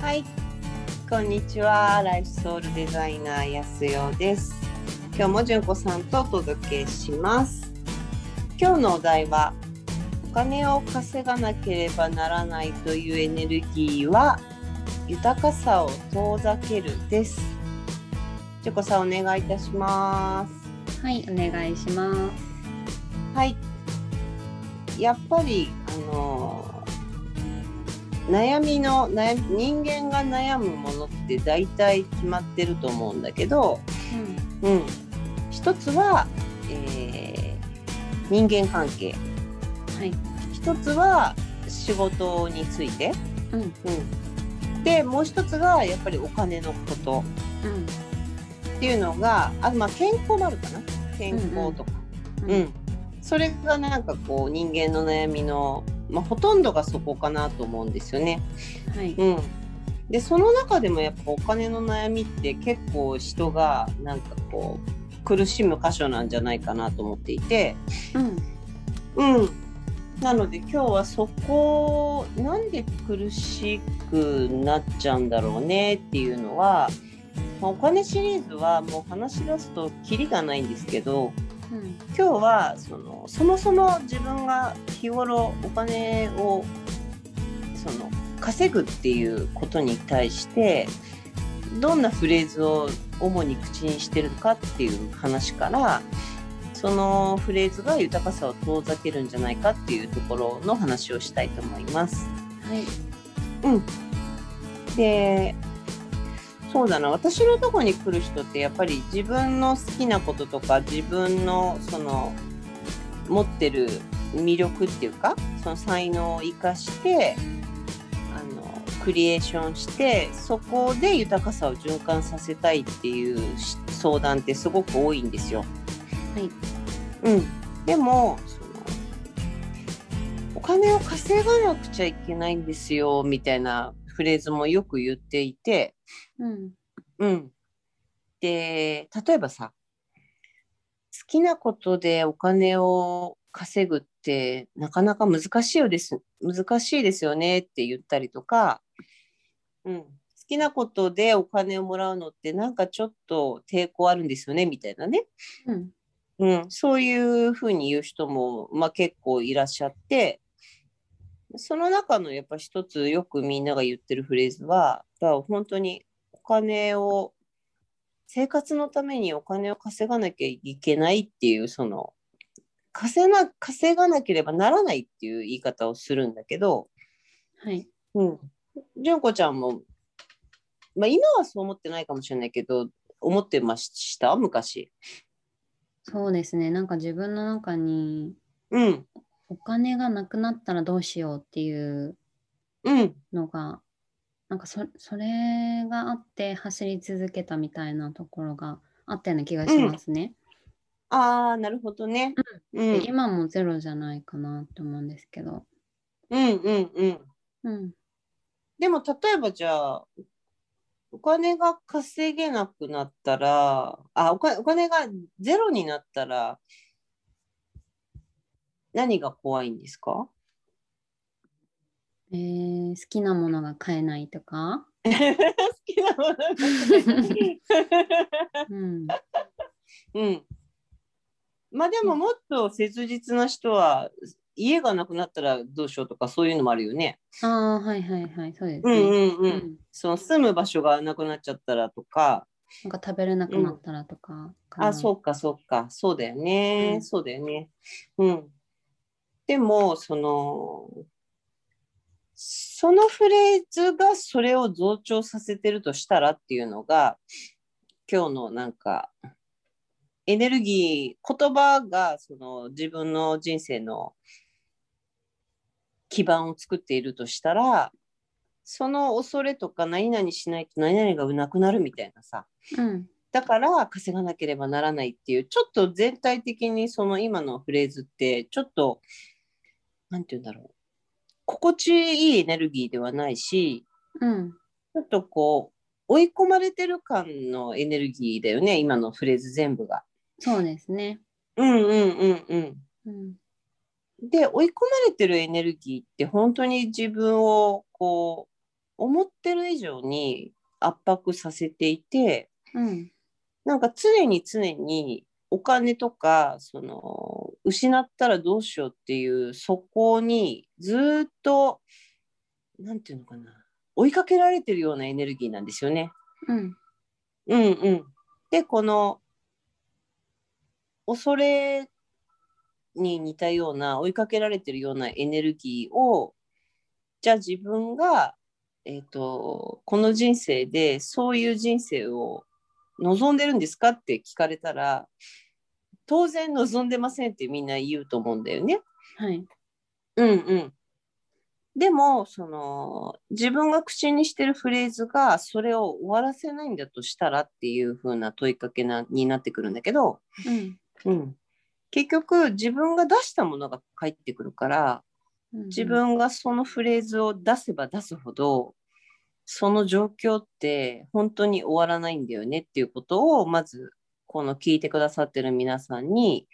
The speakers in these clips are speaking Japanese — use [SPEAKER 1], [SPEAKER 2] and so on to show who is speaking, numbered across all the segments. [SPEAKER 1] はい、こんにちは。ライフソウルデザイナー安代です。今日も純子さんとお届けします。今日のお題はお金を稼がなければならないというエネルギーは豊かさを遠ざけるです。純子さんお願いいたします。
[SPEAKER 2] はい、お願いします。
[SPEAKER 1] はい。やっぱりあの悩みの悩み人間が悩むものって大体決まってると思うんだけど、うん、一つは、えー人間関係
[SPEAKER 2] はい、
[SPEAKER 1] 一つは仕事について、
[SPEAKER 2] うん、うん、
[SPEAKER 1] うん、でもう一つがやっぱりお金のことっていうのがあまあ健康もあるかな健康とか。
[SPEAKER 2] うん、
[SPEAKER 1] うん、それがなんかこう人間の悩みの、まあ、ほとんどがそこかなと思うんですよね。
[SPEAKER 2] はい、
[SPEAKER 1] うん、でその中でもやっぱお金の悩みって結構人がなんかこう苦しむ箇所なんじゃないかなと思っていて、
[SPEAKER 2] うん、
[SPEAKER 1] うん、なので今日はそこなんで苦しくなっちゃうんだろうねっていうのは。まあお金シリーズはもう話し出すとキリがないんですけど、
[SPEAKER 2] うん、
[SPEAKER 1] 今日はそのそもそも自分が日頃お金をその稼ぐっていうことに対してどんなフレーズを主に口にしてるかっていう話からそのフレーズが豊かさを遠ざけるんじゃないかっていうところの話をしたいと思います。
[SPEAKER 2] はい、
[SPEAKER 1] でそうだな私のとこに来る人ってやっぱり自分の好きなこととか自分のその持ってる魅力っていうかその才能を生かしてあのクリエーションしてそこで豊かさを循環させたいっていうし相談ってすごく多いんですよ。
[SPEAKER 2] はい、
[SPEAKER 1] うん、でもそのお金を稼がなくちゃいけないんですよみたいなフレーズもよく言っていて、
[SPEAKER 2] うん、
[SPEAKER 1] うん、で例えばさ好きなことでお金を稼ぐってなかなか難しいよです難しいですよねって言ったりとか、うん、好きなことでお金をもらうのってなんかちょっと抵抗あるんですよねみたいなね。
[SPEAKER 2] うん、
[SPEAKER 1] うん、そういうふうに言う人も、まあ、結構いらっしゃってその中のやっぱ一つよくみんなが言ってるフレーズはやっぱ本当にお金を生活のためにお金を稼がなきゃいけないっていうその稼な稼がなければならないっていう言い方をするんだけど、
[SPEAKER 2] はい、
[SPEAKER 1] うん、純子ちゃんも、まあ、今はそう思ってないかもしれないけど思ってました昔。
[SPEAKER 2] そうですね。なんか自分の中に
[SPEAKER 1] うん、
[SPEAKER 2] お金がなくなったらどうしようっていう
[SPEAKER 1] うん
[SPEAKER 2] のが、なんかそそれがあって走り続けたみたいなところがあったような気がしますね。
[SPEAKER 1] ああ、なるほどね。うん、う
[SPEAKER 2] で
[SPEAKER 1] ん、
[SPEAKER 2] 今もゼロじゃないかなって思うんですけど。
[SPEAKER 1] うん、うん。
[SPEAKER 2] うん、
[SPEAKER 1] でも、例えばじゃあ、お金が稼げなくなったら、あ、お金お金がゼロになったら、何が怖いんです か
[SPEAKER 2] えー、好きなものが買えないとか。
[SPEAKER 1] 好きなものが
[SPEAKER 2] うん、
[SPEAKER 1] うん。まあでも、もっと切実な人は、家がなくなったらどうしようとか、そういうのもあるよね。
[SPEAKER 2] ああ、はいはいはい、そうです
[SPEAKER 1] うんう
[SPEAKER 2] ね。
[SPEAKER 1] んう。
[SPEAKER 2] うん
[SPEAKER 1] その住む場所がなくなっちゃったらとか、
[SPEAKER 2] なんか食べれなくなったらとかかな、
[SPEAKER 1] あ、そうか、そうか、そうだよね、
[SPEAKER 2] うん
[SPEAKER 1] そうだよね。うん。でも、その、そのフレーズがそれを増長させてるとしたらっていうのが、今日のなんか、エネルギー、言葉がその自分の人生の基盤を作っているとしたら、その恐れとか何々しないと何々がなくなるみたいなさ、
[SPEAKER 2] うん。
[SPEAKER 1] だから稼がなければならないっていうちょっと全体的にその今のフレーズってちょっとなんて言うんだろう心地いいエネルギーではないし
[SPEAKER 2] うん。
[SPEAKER 1] ちょっとこう追い込まれてる感のエネルギーだよね今のフレーズ全部が。
[SPEAKER 2] そうですね。
[SPEAKER 1] うんうんうんうん。
[SPEAKER 2] うん。
[SPEAKER 1] で追い込まれてるエネルギーって本当に自分をこう思ってる以上に圧迫させていて
[SPEAKER 2] うん。
[SPEAKER 1] なんか常に常にお金とかその失ったらどうしようっていうそこにずーっとなんていうのかな追いかけられてるようなエネルギーなんですよね。
[SPEAKER 2] うん。
[SPEAKER 1] うんうん、でこの恐れに似たような追いかけられてるようなエネルギーをじゃあ自分が、えー、とこの人生でそういう人生を望んでるんですかって聞かれたら当然望んでませんってみんな言うと思うんだよね。
[SPEAKER 2] はい。
[SPEAKER 1] うんうん。でも、その、自分が口にしてるフレーズが、それを終わらせないんだとしたらっていう風な問いかけなになってくるんだけど、
[SPEAKER 2] うん。
[SPEAKER 1] うん、結局、自分が出したものが返ってくるから、
[SPEAKER 2] うん
[SPEAKER 1] 自。分がそのフレーズを出せば出すほど、その状況って本当に終わらないんだよねっていうことを、まず、この聞いてくださってる皆さんに、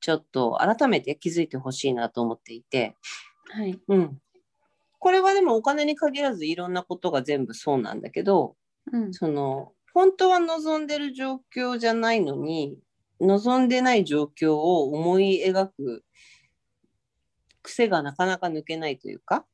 [SPEAKER 1] ちょっと改めて気づいてほしいなと思っていて、
[SPEAKER 2] はい。
[SPEAKER 1] うん、これはでもお金に限らずいろんなことが全部そうなんだけど
[SPEAKER 2] うん。
[SPEAKER 1] その本当は望んでる状況じゃないのに望んでない状況を思い描く癖がなかなか抜けないというか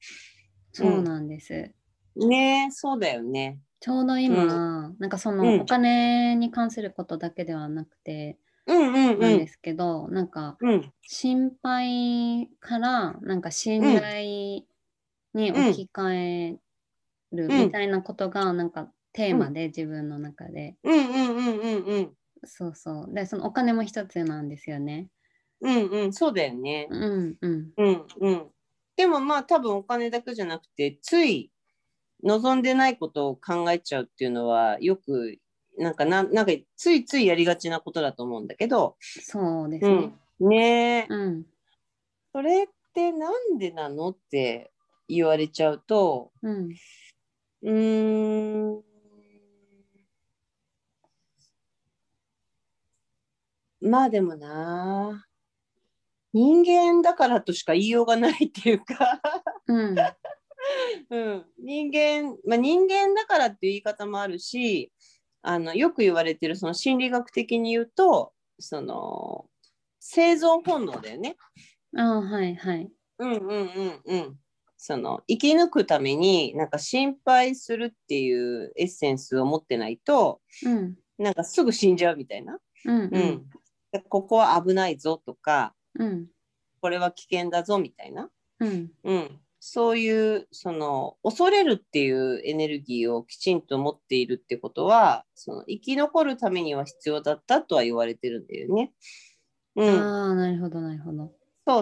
[SPEAKER 2] そうなんです。
[SPEAKER 1] ねえそうだよね。
[SPEAKER 2] ちょうど今、なんかそ
[SPEAKER 1] うん
[SPEAKER 2] のお金に関することだけではなくて
[SPEAKER 1] うんうんう
[SPEAKER 2] なんで
[SPEAKER 1] ん。
[SPEAKER 2] すけど、なんか
[SPEAKER 1] うん
[SPEAKER 2] 心配からなんか信頼に置き換えるみたいなことがなんかテーマで自分の中で、
[SPEAKER 1] うんうんうんうんうん
[SPEAKER 2] そうそうでそのお金も一つなんですよね
[SPEAKER 1] うんうんそうだよね。
[SPEAKER 2] うんうん
[SPEAKER 1] うんうん、でもまあ多分お金だけじゃなくてつい望んでないことを考えちゃうっていうのはよくなんかなんなんかついついやりがちなことだと思うんだけど、
[SPEAKER 2] そうです
[SPEAKER 1] う
[SPEAKER 2] ね
[SPEAKER 1] ん、ねえ、
[SPEAKER 2] うん
[SPEAKER 1] それってなんでなのって言われちゃうと
[SPEAKER 2] うん
[SPEAKER 1] うーんまあでもな人間だからとしか言いようがないっていうか。
[SPEAKER 2] うん
[SPEAKER 1] うん、人間、まあ、人間だからっていう言い方もあるしあのよく言われてるその心理学的に言うとその生存本能だよね。
[SPEAKER 2] ああはいはい
[SPEAKER 1] うんうんうんうん。その生き抜くためになんか心配するっていうエッセンスを持ってないと
[SPEAKER 2] うん
[SPEAKER 1] なんかすぐ死んじゃうみたいな。
[SPEAKER 2] うんう
[SPEAKER 1] うんん、ここは危ないぞとか
[SPEAKER 2] うん
[SPEAKER 1] これは危険だぞみたいな。
[SPEAKER 2] うん
[SPEAKER 1] うん、そういうその恐れるっていうエネルギーをきちんと持っているってことはその生き残るためには必要だったとは言われてるんだよね。うん、
[SPEAKER 2] ああなるほどなるほど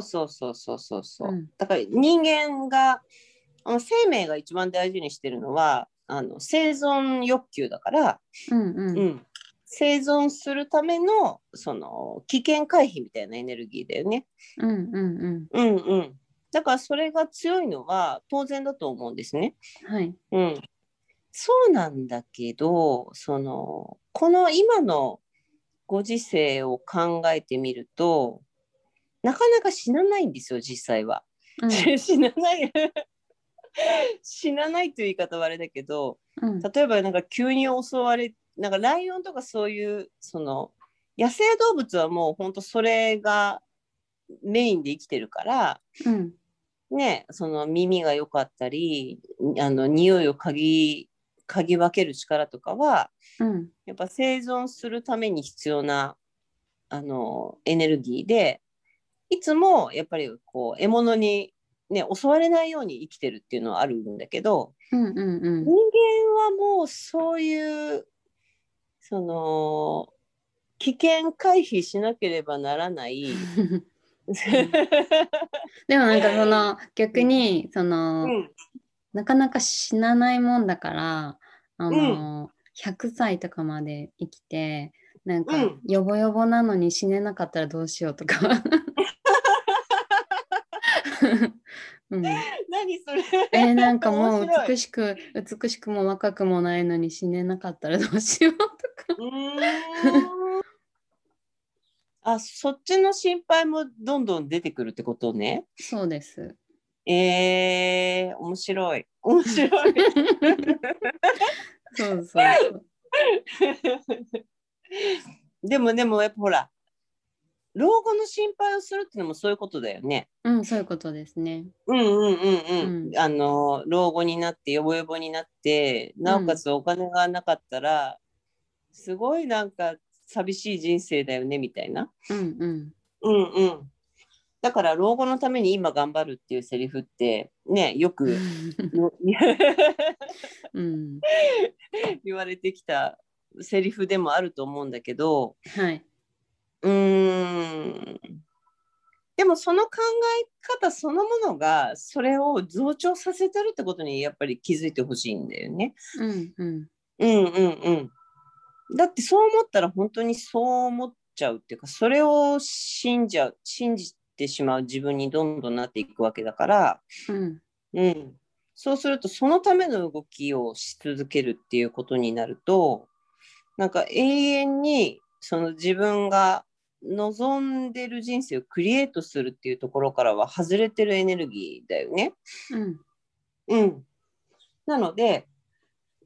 [SPEAKER 1] そうそうそうそうそうそう。
[SPEAKER 2] うん
[SPEAKER 1] だから人間があの生命が一番大事にしてるのはあの生存欲求だから、
[SPEAKER 2] うんうん
[SPEAKER 1] うん、生存するためのその危険回避みたいなエネルギーだよね。
[SPEAKER 2] うんうん
[SPEAKER 1] うんうん、だからそれが強いのは当然だと思うんですね。
[SPEAKER 2] うんはい
[SPEAKER 1] うん、そうなんだけどそのこの今のご時世を考えてみるとなかなか死なないんですよ実際は。
[SPEAKER 2] うん
[SPEAKER 1] 死なない死なないという言い方はあれだけど
[SPEAKER 2] うん
[SPEAKER 1] 例えばなんか急に襲われなんかライオンとかそういうその野生動物はもうほんとそれがメインで生きてるから
[SPEAKER 2] うん
[SPEAKER 1] ね、その耳が良かったりあの匂いを嗅ぎ嗅ぎ分ける力とかは
[SPEAKER 2] うん
[SPEAKER 1] やっぱ生存するために必要なあのエネルギーでいつもやっぱりこう獲物に、ね、襲われないように生きてるっていうのはあるんだけど
[SPEAKER 2] うんうんうん。
[SPEAKER 1] 人間はもうそういうその危険回避しなければならない
[SPEAKER 2] でもなんかその逆にその、
[SPEAKER 1] うん
[SPEAKER 2] なかなか死なないもんだからあの、100歳とかまで生きてなんか、
[SPEAKER 1] うん
[SPEAKER 2] ヨボヨボなのに死ねなかったらどうしよう とか。うん、
[SPEAKER 1] 何それ
[SPEAKER 2] えーなんかもう
[SPEAKER 1] 面白い
[SPEAKER 2] 美しく美しくも若くもないのに死ねなかったらどうしよ うとか
[SPEAKER 1] うーん あそっちの心配もどんどん出てくるってことね。
[SPEAKER 2] そうです
[SPEAKER 1] えー、面白い。面白い。
[SPEAKER 2] そうそうそう。
[SPEAKER 1] でもでもやっぱほら老後の心配をするってのもそういうことだよね。
[SPEAKER 2] うん、そういうことですね。
[SPEAKER 1] うんうんうんうん。
[SPEAKER 2] うん
[SPEAKER 1] あの老後になってヨボヨボになってなおかつお金がなかったら、すごいなんか寂しい人生だよねみたいな。
[SPEAKER 2] うんうん。
[SPEAKER 1] うんうん。だから老後のために今頑張るっていうセリフってねよくよ
[SPEAKER 2] うん。
[SPEAKER 1] 言われてきたセリフでもあると思うんだけど。
[SPEAKER 2] はい。
[SPEAKER 1] うーんでもその考え方そのものがそれを増長させてるってことにやっぱり気づいてほしいんだよね。
[SPEAKER 2] うんうん。
[SPEAKER 1] うんうんうん。だってそう思ったら本当にそう思っちゃうっていうかそれを信じちゃう信じてしまう自分にどんどんなっていくわけだから、
[SPEAKER 2] うん。
[SPEAKER 1] うん、そうするとそのための動きをし続けるっていうことになるとなんか永遠にその自分が望んでる人生をクリエイトするっていうところからは外れてるエネルギーだよね。
[SPEAKER 2] うん。
[SPEAKER 1] うん、なので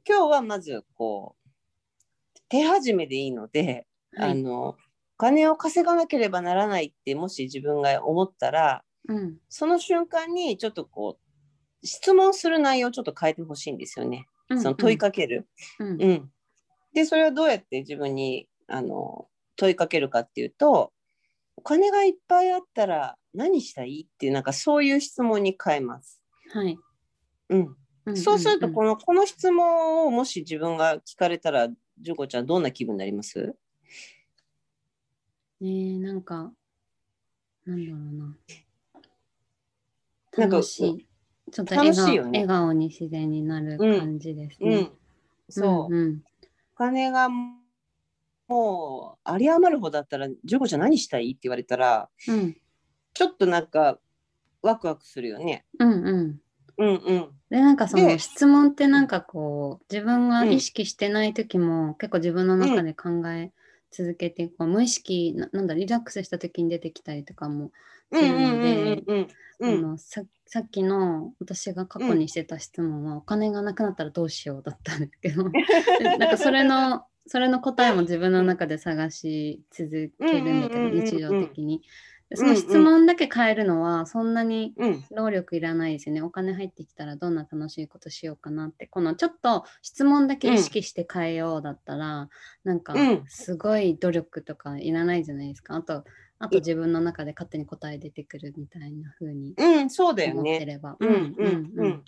[SPEAKER 1] 今日はまずこう手始めでいいので、
[SPEAKER 2] は
[SPEAKER 1] あ
[SPEAKER 2] い。
[SPEAKER 1] のお金を稼がなければならないってもし自分が思ったら
[SPEAKER 2] うん。
[SPEAKER 1] その瞬間にちょっとこう質問する内容をちょっと変えてほしいんですよね。その問いかける。
[SPEAKER 2] うん。
[SPEAKER 1] うんでそれをどうやって自分にあの問いかけるかっていうとお金がいっぱいあったら何したいっていうなんかそういう質問に変えます。
[SPEAKER 2] はい。
[SPEAKER 1] うん、
[SPEAKER 2] ん
[SPEAKER 1] そうするとこの,、この質問をもし自分が聞かれたらジョコちゃんどんな気分になります
[SPEAKER 2] うんねえなんか、なんだろうな。
[SPEAKER 1] なんか
[SPEAKER 2] 楽しい。ちょっと笑
[SPEAKER 1] 楽し
[SPEAKER 2] 顔,、
[SPEAKER 1] いよね
[SPEAKER 2] 笑顔に自然になる感じですね。
[SPEAKER 1] うん、そう、
[SPEAKER 2] うんうん
[SPEAKER 1] お金がもうあり余るほどだったらジョコちゃん何したいって言われたら
[SPEAKER 2] うん
[SPEAKER 1] ちょっとなんかワクワクするよね。
[SPEAKER 2] うんうん。
[SPEAKER 1] うんうん。
[SPEAKER 2] で、なんかその
[SPEAKER 1] で
[SPEAKER 2] 質問ってなんかこう、自分が意識してない時も結構自分の中で考え続けて、こう無意識な、なんだ、リラックスした時に出てきたりとかも、
[SPEAKER 1] うんうんうんうんう
[SPEAKER 2] あ
[SPEAKER 1] ん。
[SPEAKER 2] のささっきの私が過去にしてた質問は、お金がなくなったらどうしようだったんですけ ど、でなんかそれの、それの答えも自分の中で探し続けるんだけ
[SPEAKER 1] うん
[SPEAKER 2] ど、
[SPEAKER 1] うんうんうんうん
[SPEAKER 2] 日常的に。で
[SPEAKER 1] う
[SPEAKER 2] そ
[SPEAKER 1] んうん
[SPEAKER 2] の質問だけ変えるのは、そんなに、
[SPEAKER 1] うん
[SPEAKER 2] 労力いらないですよね。お金入ってきたらどんな楽しいことしようかなって、このちょっと質問だけ意識して変えようだったら、なんか
[SPEAKER 1] うん
[SPEAKER 2] すごい努力とかいらないじゃないですか。あと、あと自分の中で勝手に答え出てくるみたいな風に
[SPEAKER 1] うん、そうだよ
[SPEAKER 2] 思って
[SPEAKER 1] ね。
[SPEAKER 2] れば。
[SPEAKER 1] うんうん
[SPEAKER 2] う
[SPEAKER 1] うんん。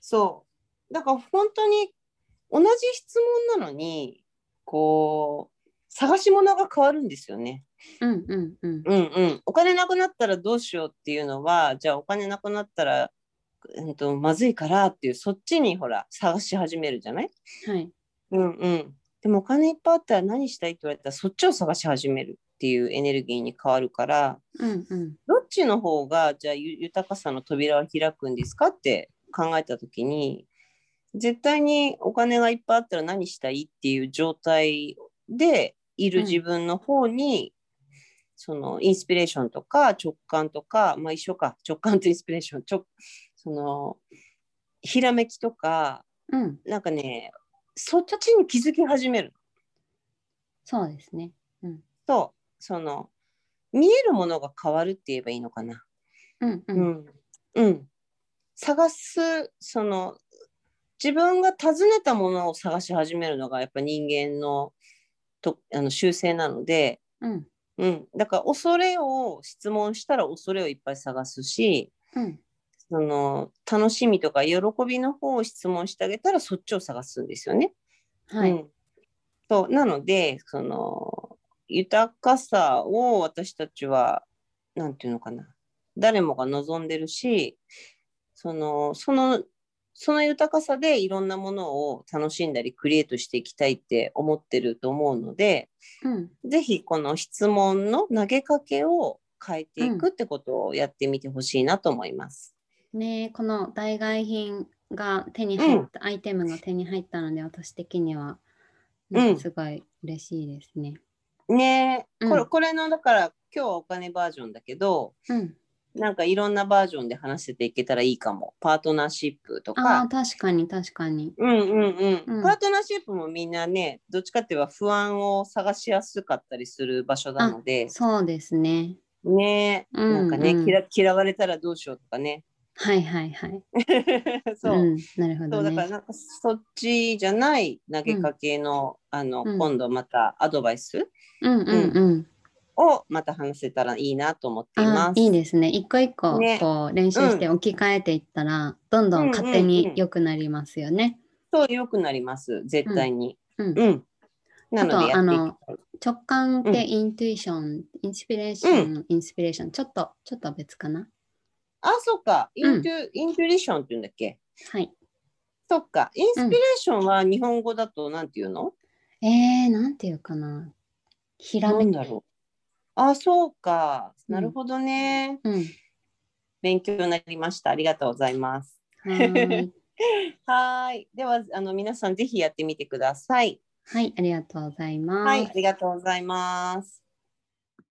[SPEAKER 1] そう。だから本当に同じ質問なのにこう探し物が変わるんですよね。
[SPEAKER 2] うんうんうん
[SPEAKER 1] うんうん。お金なくなったらどうしようっていうのはじゃあお金なくなったら、うん、とまずいからっていうそっちにほら探し始めるじゃない
[SPEAKER 2] はい。
[SPEAKER 1] うんうん。でもお金いっぱいあったら何したいって言われたらそっちを探し始めるっていうエネルギーに変わるから
[SPEAKER 2] うんうん
[SPEAKER 1] どっちの方がじゃあゆ豊かさの扉を開くんですかって考えた時に絶対にお金がいっぱいあったら何したいっていう状態でいる自分の方に、そのインスピレーションとか直感とか、まあ、一緒か直感とインスピレーションちょそのひらめきとか
[SPEAKER 2] うん。
[SPEAKER 1] なんかね、そっちに気づき始める
[SPEAKER 2] そうですね。
[SPEAKER 1] と、その、見えるものが変わるって言えばいいのかな。
[SPEAKER 2] うんう
[SPEAKER 1] うんん。うん。探す、その、自分が尋ねたものを探し始めるのが、やっぱ人間のとあの習性なので、
[SPEAKER 2] うん
[SPEAKER 1] うん。だから、恐れを質問したら恐れをいっぱい探すし、
[SPEAKER 2] うん。
[SPEAKER 1] その、楽しみとか喜びの方を質問してあげたら、そっちを探すんですよね。
[SPEAKER 2] は
[SPEAKER 1] う
[SPEAKER 2] い。
[SPEAKER 1] ん、そうなのでその豊かさを私たちは何て言うのかな誰もが望んでるしそのそのその豊かさでいろんなものを楽しんだりクリエイトしていきたいって思ってると思うので
[SPEAKER 2] うん
[SPEAKER 1] 是非この質問の投げかけを変えていくってことをやってみてほしいなと思います。
[SPEAKER 2] ねえこの代替品が手に入った、アイテムが手に入ったので私的には、ね
[SPEAKER 1] うん
[SPEAKER 2] すごい嬉しいですね。
[SPEAKER 1] ねえこれ,、
[SPEAKER 2] うん
[SPEAKER 1] これのだから今日はお金バージョンだけど
[SPEAKER 2] うん
[SPEAKER 1] なんかいろんなバージョンで話していけたらいいかも。パートナーシップと
[SPEAKER 2] ああ
[SPEAKER 1] か。
[SPEAKER 2] 確かに確かに。
[SPEAKER 1] うんうんうん。
[SPEAKER 2] うん
[SPEAKER 1] パートナーシップもみんなね、どっちかっては不安を探しやすかったりする場所なので、
[SPEAKER 2] そうですね。
[SPEAKER 1] ね、
[SPEAKER 2] うん
[SPEAKER 1] なんかね、
[SPEAKER 2] うん
[SPEAKER 1] 嫌嫌われたらどうしようとかね。
[SPEAKER 2] はいはいはい。
[SPEAKER 1] そう。
[SPEAKER 2] ん、なるほ
[SPEAKER 1] そ
[SPEAKER 2] ど
[SPEAKER 1] うだ
[SPEAKER 2] ね。
[SPEAKER 1] からなんかそっちじゃない投げかけの、あの
[SPEAKER 2] うん
[SPEAKER 1] 今度またアドバイス
[SPEAKER 2] うんうんうん。
[SPEAKER 1] をまた話せたらいいなと思ってい
[SPEAKER 2] あ
[SPEAKER 1] ま
[SPEAKER 2] ー
[SPEAKER 1] す。
[SPEAKER 2] いいですね。一個一個
[SPEAKER 1] ね
[SPEAKER 2] こう練習して置き換えていったら、どんどん勝手
[SPEAKER 1] うんうん
[SPEAKER 2] に
[SPEAKER 1] うん
[SPEAKER 2] 良くなりますよね。
[SPEAKER 1] そう良くなります絶対に。
[SPEAKER 2] うん
[SPEAKER 1] うん。なのでやっていきたい。
[SPEAKER 2] 直感っ
[SPEAKER 1] うん
[SPEAKER 2] てイントゥイション、インスピレーション、インスピレーション、ちょっと、ちょっと別かな。
[SPEAKER 1] あそっかイ
[SPEAKER 2] うん
[SPEAKER 1] ントゥ、イントゥリションって言うんだっけ
[SPEAKER 2] はい。
[SPEAKER 1] そっかインスピレーションは日本語だとなんて言うの、
[SPEAKER 2] えー、なんていうかな。ひら
[SPEAKER 1] な
[SPEAKER 2] め
[SPEAKER 1] ん
[SPEAKER 2] き。
[SPEAKER 1] だろうあそうか
[SPEAKER 2] うん
[SPEAKER 1] なるほどね、
[SPEAKER 2] うん。
[SPEAKER 1] 勉強になりましたありがとうございます。
[SPEAKER 2] は ーい
[SPEAKER 1] はーいではあの皆さんぜひやってみてください。
[SPEAKER 2] はい、ありがとうございます。
[SPEAKER 1] はい、ありがとうございます。